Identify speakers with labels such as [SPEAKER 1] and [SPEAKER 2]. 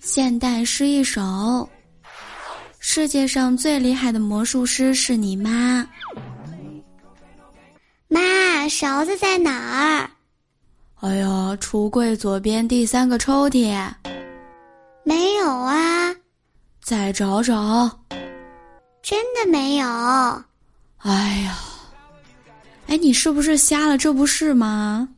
[SPEAKER 1] 现代诗一首：世界上最厉害的魔术师是你妈。
[SPEAKER 2] 妈，勺子在哪儿？
[SPEAKER 1] 哎呀，橱柜左边第三个抽屉，
[SPEAKER 2] 没有啊，
[SPEAKER 1] 再找找。
[SPEAKER 2] 真的没有。
[SPEAKER 1] 哎呀，哎，你是不是瞎了？这不是吗？